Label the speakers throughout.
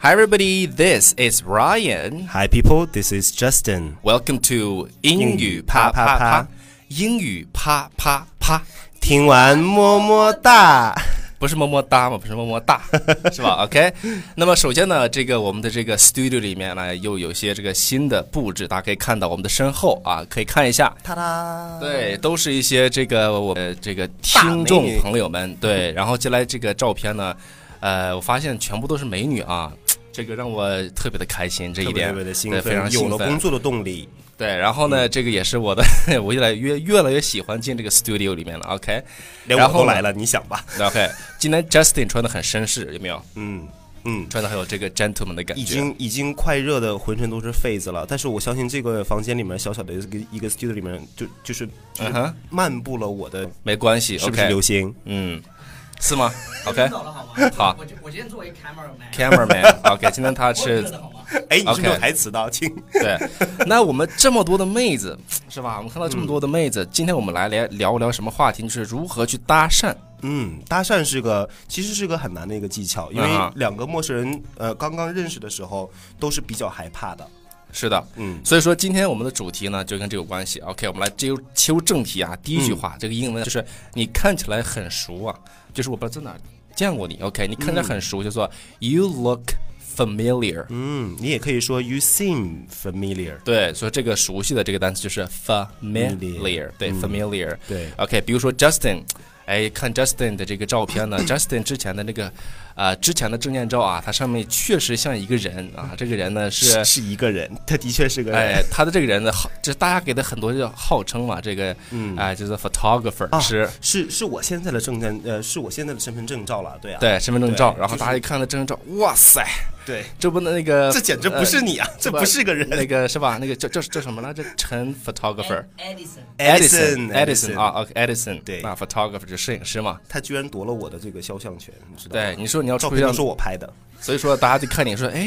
Speaker 1: Hi, everybody. This is Ryan.
Speaker 2: Hi, people. This is Justin.
Speaker 1: Welcome to 英语啪啪啪。英语啪啪啪，
Speaker 2: 听完么么哒。
Speaker 1: 不是么么哒吗？不是么么哒，是吧？OK。那么首先呢，这个我们的这个 studio 里面呢，又有些这个新的布置，大家可以看到我们的身后啊，可以看一下。
Speaker 2: 哒哒。
Speaker 1: 对，都是一些这个我们这个听众朋友们 对。然后接下来这个照片呢，呃，我发现全部都是美女啊，这个让我特别的开心，这一点
Speaker 2: 特别的兴
Speaker 1: 对
Speaker 2: 奋，
Speaker 1: 非常兴
Speaker 2: 有
Speaker 1: 奋
Speaker 2: 了工作的动力。
Speaker 1: 对，然后
Speaker 2: 嗯
Speaker 1: 呢，这个也是我的， 我越来越越来越喜欢进这个 studio 里面了。OK，
Speaker 2: 连
Speaker 1: 然
Speaker 2: 哎我
Speaker 1: 后
Speaker 2: 都
Speaker 1: 呢
Speaker 2: 来了，你想吧？
Speaker 1: OK，今天 Justin 穿的很绅士，有没有？
Speaker 2: 嗯嗯，
Speaker 1: 穿的很有这个 gentleman 的感
Speaker 2: 已
Speaker 1: 觉。
Speaker 2: 经已经快热的浑身都是痱子了。但是我相信这个房间里面小小的一个一个 studio 里面，就就是就是
Speaker 1: 嗯哼，
Speaker 2: 漫步了我的，
Speaker 1: 没关系
Speaker 2: 是不是
Speaker 1: ，OK，
Speaker 2: 流星？
Speaker 1: 嗯，是吗？OK，
Speaker 3: 走了好吗？
Speaker 1: 好
Speaker 3: 我我今天作为 camera man，
Speaker 1: cameraman，OK，、今天他是
Speaker 3: 的好吗？
Speaker 2: 哎，你是
Speaker 1: OK
Speaker 2: 没有台词的，亲。
Speaker 1: 对。那我们这么多的妹子是吧？我们看到这么多的妹子，今天我们来来聊聊什么话题？就是如何去搭讪。
Speaker 2: 嗯，搭讪是个其实是个很难的一个技巧，因为
Speaker 1: 嗯哼
Speaker 2: 两个陌生人呃刚刚认识的时候都是比较害怕的。
Speaker 1: 是的，
Speaker 2: 嗯
Speaker 1: 所以说今天我们的主题呢就跟这有关系。OK，我们来进入切入正题啊。第一句话，
Speaker 2: 嗯
Speaker 1: 这个英文就是你看起来很熟啊，就是我不知道在哪儿见过你。OK，你看起来很熟，就说 You look familiar。
Speaker 2: 嗯，你也可以说 you seem familiar。
Speaker 1: 对，所以这个熟悉的这个单词就是 familiar，
Speaker 2: Familiar，
Speaker 1: 对
Speaker 2: 嗯
Speaker 1: familiar。
Speaker 2: 对
Speaker 1: OK，比如说 Justin，哎，看 Justin 的这个照片呢，Justin 之前的那个，呃，之前的证件照啊，它上面确实像一个人啊，这个人呢是
Speaker 2: 是。是一个人， 他的确是个人。
Speaker 1: 哎，他的这个人呢，号就是大家给的很多就号称嘛，这个，
Speaker 2: 嗯
Speaker 1: 哎，就是 photographer，、
Speaker 2: 啊
Speaker 1: 是，
Speaker 2: 是是我现在的证件，呃，是我现在的身份证照了，对啊，
Speaker 1: 对，身份证照，
Speaker 2: 对
Speaker 1: 然后大家一看那证照，哇塞，
Speaker 2: 对，
Speaker 1: 这不那个，
Speaker 2: 这简直不是你啊，这不是个
Speaker 1: 呃那
Speaker 2: 人。
Speaker 1: 个是吧？那个叫叫叫什么来着？陈 photographer。
Speaker 3: Edison，
Speaker 1: Edison
Speaker 2: Edison
Speaker 1: Edison 啊，OK Edison，
Speaker 2: 对
Speaker 1: 那 photographer 就是摄影师嘛。
Speaker 2: 他居然夺了我的这个肖像权，你知道吗？
Speaker 1: 对，你说你要
Speaker 2: 照
Speaker 1: 出
Speaker 2: 片
Speaker 1: 去
Speaker 2: 都，是我拍的，
Speaker 1: 所以说大家就看你说，哎，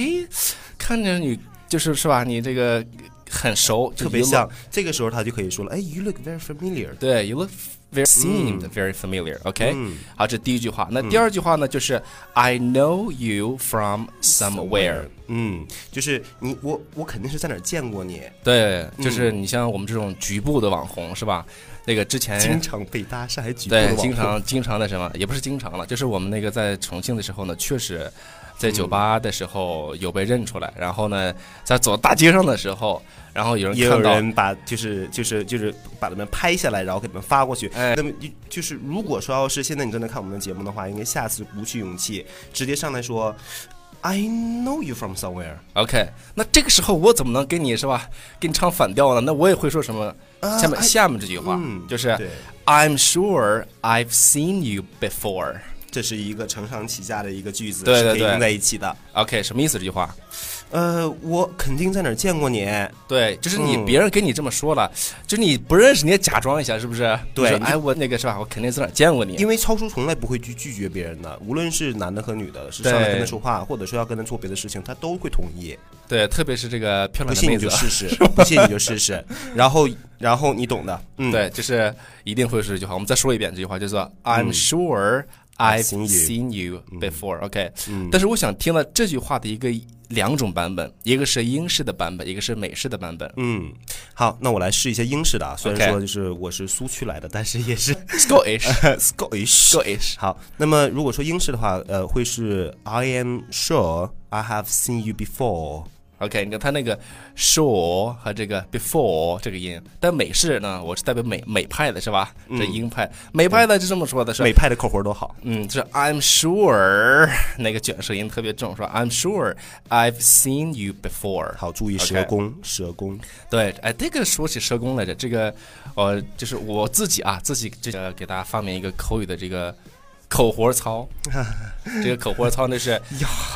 Speaker 1: 看着你就是是吧？你这个很熟，就
Speaker 2: 特别
Speaker 1: you look-
Speaker 2: 像。这个时候他就可以说了，哎，you look very familiar。
Speaker 1: 对，you look very seemed
Speaker 2: Mm.
Speaker 1: very familiar。OK，
Speaker 2: 嗯
Speaker 1: 好，这第一句话。那第二句话呢，就是 I know you from somewhere。
Speaker 2: 嗯，就是你我我肯定是在哪儿见过
Speaker 1: 哎
Speaker 2: 你，
Speaker 1: 对，就是你像我们这种局部的网红是吧？那个之前
Speaker 2: 经。常被搭讪，还举报
Speaker 1: 对，
Speaker 2: 网
Speaker 1: 经
Speaker 2: 红
Speaker 1: 常经常的什么，也不是经常了，就是我们那个在重庆的时候呢，确实，在酒吧的时候有被认出来，然后呢，在走大街上的时候，然后有
Speaker 2: 也
Speaker 1: 人
Speaker 2: 有
Speaker 1: 看到，
Speaker 2: 人把就是就是就是把他们拍下来，然后给他们发过去。
Speaker 1: 哎
Speaker 2: 那么就就是如果说要是现在你正在看我们的节目的话，应该下次鼓起勇气，直接上来说，I know you from somewhere。
Speaker 1: OK，那这个时候我怎么能跟你是吧，跟你唱反调呢？那我也会说什么？下面、
Speaker 2: 哎
Speaker 1: 下面这句话、
Speaker 2: 嗯
Speaker 1: 啊就是
Speaker 2: 对
Speaker 1: I'm sure I've seen you before。
Speaker 2: 这是一个承上启下的一个句子，
Speaker 1: 对对
Speaker 2: 是可以
Speaker 1: 对
Speaker 2: 用在一起的。
Speaker 1: OK，什么意思？这句话？
Speaker 2: 呃，我肯定在哪儿见过你，
Speaker 1: 对，就是你
Speaker 2: 嗯
Speaker 1: 别人跟你这么说了，就是你不认识你也假装一下，是不是？
Speaker 2: 对
Speaker 1: 你
Speaker 2: 你
Speaker 1: 说哎，我那个是吧？我肯定在哪儿见过你。
Speaker 2: 因为超叔从来不会去拒绝别人的，无论是男的和女的，是
Speaker 1: 对
Speaker 2: 上来跟他说话，或者说要跟他做别的事情，他都会同意。
Speaker 1: 对，特别是这个漂
Speaker 2: 不
Speaker 1: 亮的
Speaker 2: 信
Speaker 1: 妹
Speaker 2: 你
Speaker 1: 子
Speaker 2: 就，试试，不信你就试试。然后，然后你懂的，嗯，
Speaker 1: 对，就是一定会说这句话。我们再说一遍这句话，就是说 I'm sure I've
Speaker 2: I've seen you 嗯
Speaker 1: seen you before。OK，但是我想听了这句话的一个两种版本，一个是英式的版本，一个是美式的版 本。
Speaker 2: 嗯，好，那我来试一下英式的啊。虽然
Speaker 1: OK
Speaker 2: 说就是我是苏区来的，但是也 是
Speaker 1: Scottish，Scottish。
Speaker 2: Scottish。好，那么如果说英式的话，呃，会是 I am sure I have seen you before。
Speaker 1: OK，你看它那个 sure 和这个 before 这个音，但美式呢，我是代表美美派的是吧？这英派，美派的是这么说的是，
Speaker 2: 嗯美派的口活都好。
Speaker 1: 嗯，就是 I'm sure 那个卷舌音特别重，说 I'm sure I've seen you before。
Speaker 2: 好，注意
Speaker 1: OK
Speaker 2: 舌功舌功。
Speaker 1: 对，哎，这个说起社工来着，这个，呃，就是我自己啊，自己这个给大家发明一个口语的这个口活操， 这个口活操那是呀，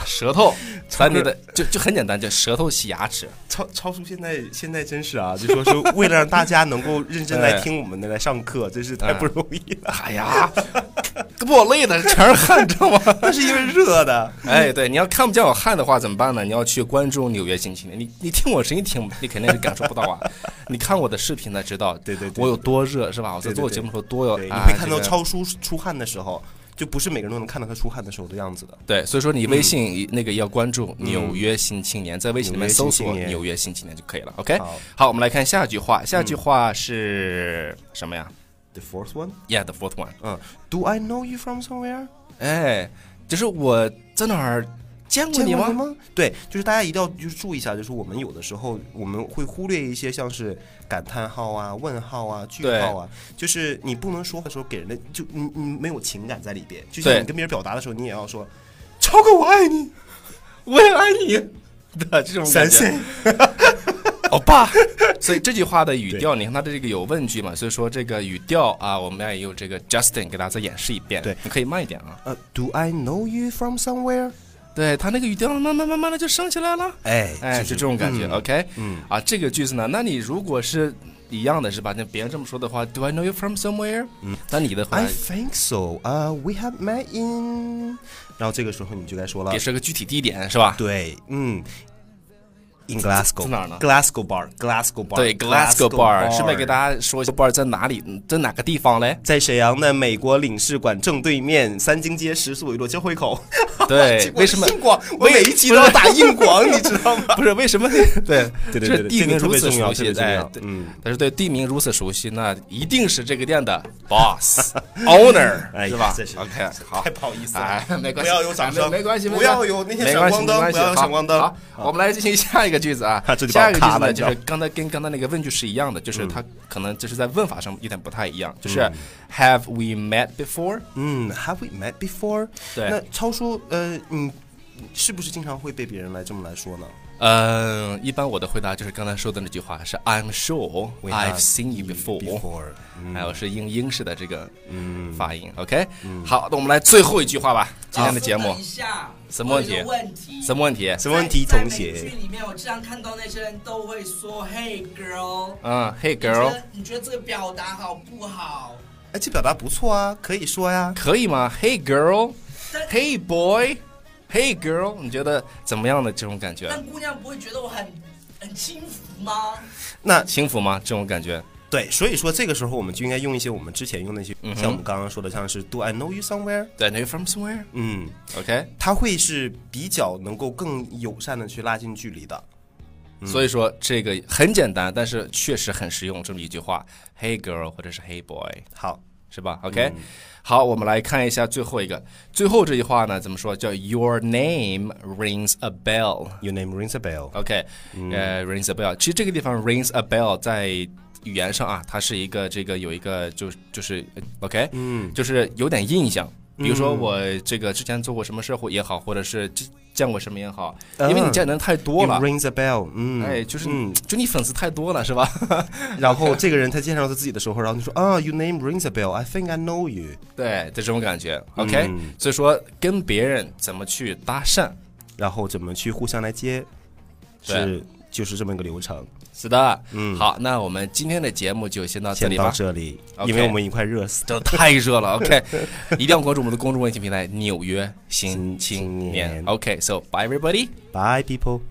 Speaker 1: 舌头，把你的就就很简单，就舌头洗牙 齿，
Speaker 2: 超超叔现在现在真是啊，就说是为了让大家能够认 真来
Speaker 1: 哎
Speaker 2: 听我们的来上课，真是太不容易了。
Speaker 1: 哎呀，给我累的全是汗，知道吗？
Speaker 2: 那是因为热的。
Speaker 1: 哎，对，你要看不见我汗的话怎么办呢？你要去关注纽约新青年，你你听我声音听，你肯定是感受不到啊。 你看我的视频才知道，
Speaker 2: 对对对
Speaker 1: 我有多热是吧？我在
Speaker 2: 对对
Speaker 1: 做
Speaker 2: 对
Speaker 1: 节目的时候多有，
Speaker 2: 对，你
Speaker 1: 啊
Speaker 2: 会看到
Speaker 1: 这个
Speaker 2: 超叔出汗的时候，就不是每个人都能看到他出汗的时候的样子的。
Speaker 1: 对，所以说你微信那个要关注“纽约新青年”，在微信里面搜
Speaker 2: 纽
Speaker 1: 索
Speaker 2: 约新
Speaker 1: “
Speaker 2: 青年
Speaker 1: 嗯纽约新青年”就可以了。OK，
Speaker 2: 好
Speaker 1: 好，我们来看下句话，下句话是什么呀
Speaker 2: ，the fourth one，
Speaker 1: ？Yeah，the fourth one。
Speaker 2: 嗯，Do I know you from somewhere？
Speaker 1: 哎，就是我在哪儿见过
Speaker 2: 见
Speaker 1: 你
Speaker 2: 过
Speaker 1: 吗？
Speaker 2: 你吗？对，就是大家一定要就是注意一下，就是我们有的时候我们会忽略一些像是感叹号啊、问号啊、句号啊，就是你不能说话的时候给人的就你你没有情感在里边，就像
Speaker 1: 对
Speaker 2: 你跟别人表达的时候，你也要说“超哥我爱你
Speaker 1: 我也爱你的这”，种
Speaker 2: 三
Speaker 1: 感觉。
Speaker 2: 线
Speaker 1: 欧 巴，所以这句话的语调，你看它的这个有问句嘛，所以说这个语调啊，我们要用这个 Justin 给大家再演示一遍。
Speaker 2: 对，
Speaker 1: 你可以慢一点啊。
Speaker 2: 呃，Do I know you from somewhere？
Speaker 1: 对他那个语调，慢慢慢慢的就升起来了。
Speaker 2: 哎
Speaker 1: 哎，就这种感觉。
Speaker 2: 嗯
Speaker 1: OK，
Speaker 2: 嗯
Speaker 1: 啊，这个句子呢，那你如果是一样的是吧？那别人这么说的话，Do I know you from somewhere？嗯，那你的话
Speaker 2: I think so. 呃 we have met in，然后这个时候你就该说了
Speaker 1: 也，是个具体地点是吧？
Speaker 2: 对，嗯，in
Speaker 1: 在
Speaker 2: Glasgow，
Speaker 1: 哪儿呢
Speaker 2: ？Glasgow bar，Glasgow bar，
Speaker 1: 对，Glasgow Bar，顺便给
Speaker 2: 家。？
Speaker 1: 大家说一下，Bar 在哪里，嗯在哪个地方嘞
Speaker 2: 在沈阳的美国领事馆正对面，三经街十四纬路交汇口。
Speaker 1: 对，为什么
Speaker 2: 我的硬广？我每一期都要打硬广， 你知道吗？
Speaker 1: 不是为什么？对
Speaker 2: 对对
Speaker 1: 这
Speaker 2: 对，
Speaker 1: 地
Speaker 2: 这个
Speaker 1: 名
Speaker 2: 特
Speaker 1: 如
Speaker 2: 别
Speaker 1: 此
Speaker 2: 重要，
Speaker 1: 熟
Speaker 2: 特
Speaker 1: 悉
Speaker 2: 别，重
Speaker 1: 哎
Speaker 2: 要，。
Speaker 1: 对
Speaker 2: 嗯，
Speaker 1: 但是对地名如此熟悉，那一定是这个店的 boss owner
Speaker 2: 哎呀
Speaker 1: 是吧
Speaker 2: 这是
Speaker 1: ？OK，好
Speaker 2: 太，不好意思了
Speaker 1: 哎，， 没关
Speaker 2: 不
Speaker 1: 系，
Speaker 2: 要有掌声，
Speaker 1: 没没关系，
Speaker 2: 不要有那些闪光灯，不要有闪光灯。
Speaker 1: 好，我们来进行下一个句子啊
Speaker 2: 这，就把
Speaker 1: 下
Speaker 2: 我
Speaker 1: 一个句子
Speaker 2: 卡了
Speaker 1: 呢，
Speaker 2: 你知
Speaker 1: 就
Speaker 2: 道嗯
Speaker 1: 是刚才跟刚才那个问句是一样的，就是它可能就是在问法上有点不太一样，就是 Have we met before？
Speaker 2: 嗯，Have we met before？
Speaker 1: 对
Speaker 2: 那超叔，呃，你是不是经常会被别人来这么来说呢？
Speaker 1: 嗯，一般我的回答就是刚才说的那句话是 I'm sure
Speaker 2: We
Speaker 1: I've
Speaker 2: have
Speaker 1: seen you before。嗯
Speaker 2: before，嗯
Speaker 1: 还有是英英式的这个发音。OK，好，那我们来最后一句话吧，今天的节目
Speaker 3: 等一下，
Speaker 1: 什么问题
Speaker 3: 我有一个问题？
Speaker 1: 什么问题？
Speaker 2: 什么问题？
Speaker 3: 在
Speaker 2: 同
Speaker 3: 在美
Speaker 2: 学
Speaker 3: 剧，里面，我经常看到那些人都会说 “Hey girl”。
Speaker 1: 嗯，Hey
Speaker 3: 你觉
Speaker 1: girl，
Speaker 3: 得你觉得这个表达好不好？
Speaker 2: 哎，这表达不错啊，可以说呀。
Speaker 1: 可以吗？Hey girl，Hey
Speaker 3: 但
Speaker 1: boy，Hey girl，你觉得怎么样的这种感觉？
Speaker 3: 但姑娘不会觉得我很很轻浮吗？
Speaker 2: 那
Speaker 1: 轻浮吗？这种感觉？
Speaker 2: 对，所以说这个时候我们就应该用一些我们之前用的一些，像我们刚刚说的，像是 Do I know you somewhere？
Speaker 1: 对，Are you from somewhere？OK，、
Speaker 2: 嗯，它会是比较能够更友善的去拉近距离的。
Speaker 1: 所以说这个很简单，但是确实很实用。这么一句话，Hey girl，或者是 Hey boy。
Speaker 2: 好，
Speaker 1: 是吧？OK，、好，我们来看一下最后一个，最后这句话呢怎么说？叫 Your name rings a bell。
Speaker 2: Your name rings a bell。
Speaker 1: OK，、呃，rings
Speaker 2: 嗯
Speaker 1: a bell。其实这个地方 rings a bell 在语言上啊，它是一个这个有一个就就是呃 OK，嗯，就是有点印象。比如说我这个之前做过什么事或也好，或者是见见过什么也好，因为你见的人太多
Speaker 2: 啊 It
Speaker 1: 了。
Speaker 2: rings a bell，嗯，
Speaker 1: 哎，就是
Speaker 2: 嗯，
Speaker 1: 就你粉丝太多了是吧？
Speaker 2: 然后这个人他介绍他自己的时候，然后你说啊，Your name rings a bell，I think I know you，
Speaker 1: 对，就这种感觉。OK，、
Speaker 2: 嗯
Speaker 1: 所以说跟别人怎么去搭讪，
Speaker 2: 然后怎么去互相来接，是就是这么一个流程。
Speaker 1: 是的，嗯，好，那我们今天的节目就先到这
Speaker 2: 先
Speaker 1: 里
Speaker 2: 到
Speaker 1: 吧，
Speaker 2: 这里，
Speaker 1: OK
Speaker 2: 因为我们已经快热死
Speaker 1: 真
Speaker 2: 了。
Speaker 1: 的太热了，OK，一定要关注我们的公众微信平台《纽约新
Speaker 2: 新
Speaker 1: 青
Speaker 2: 青
Speaker 1: 年》
Speaker 2: 年
Speaker 1: OK，so、bye everybody。
Speaker 2: Bye people。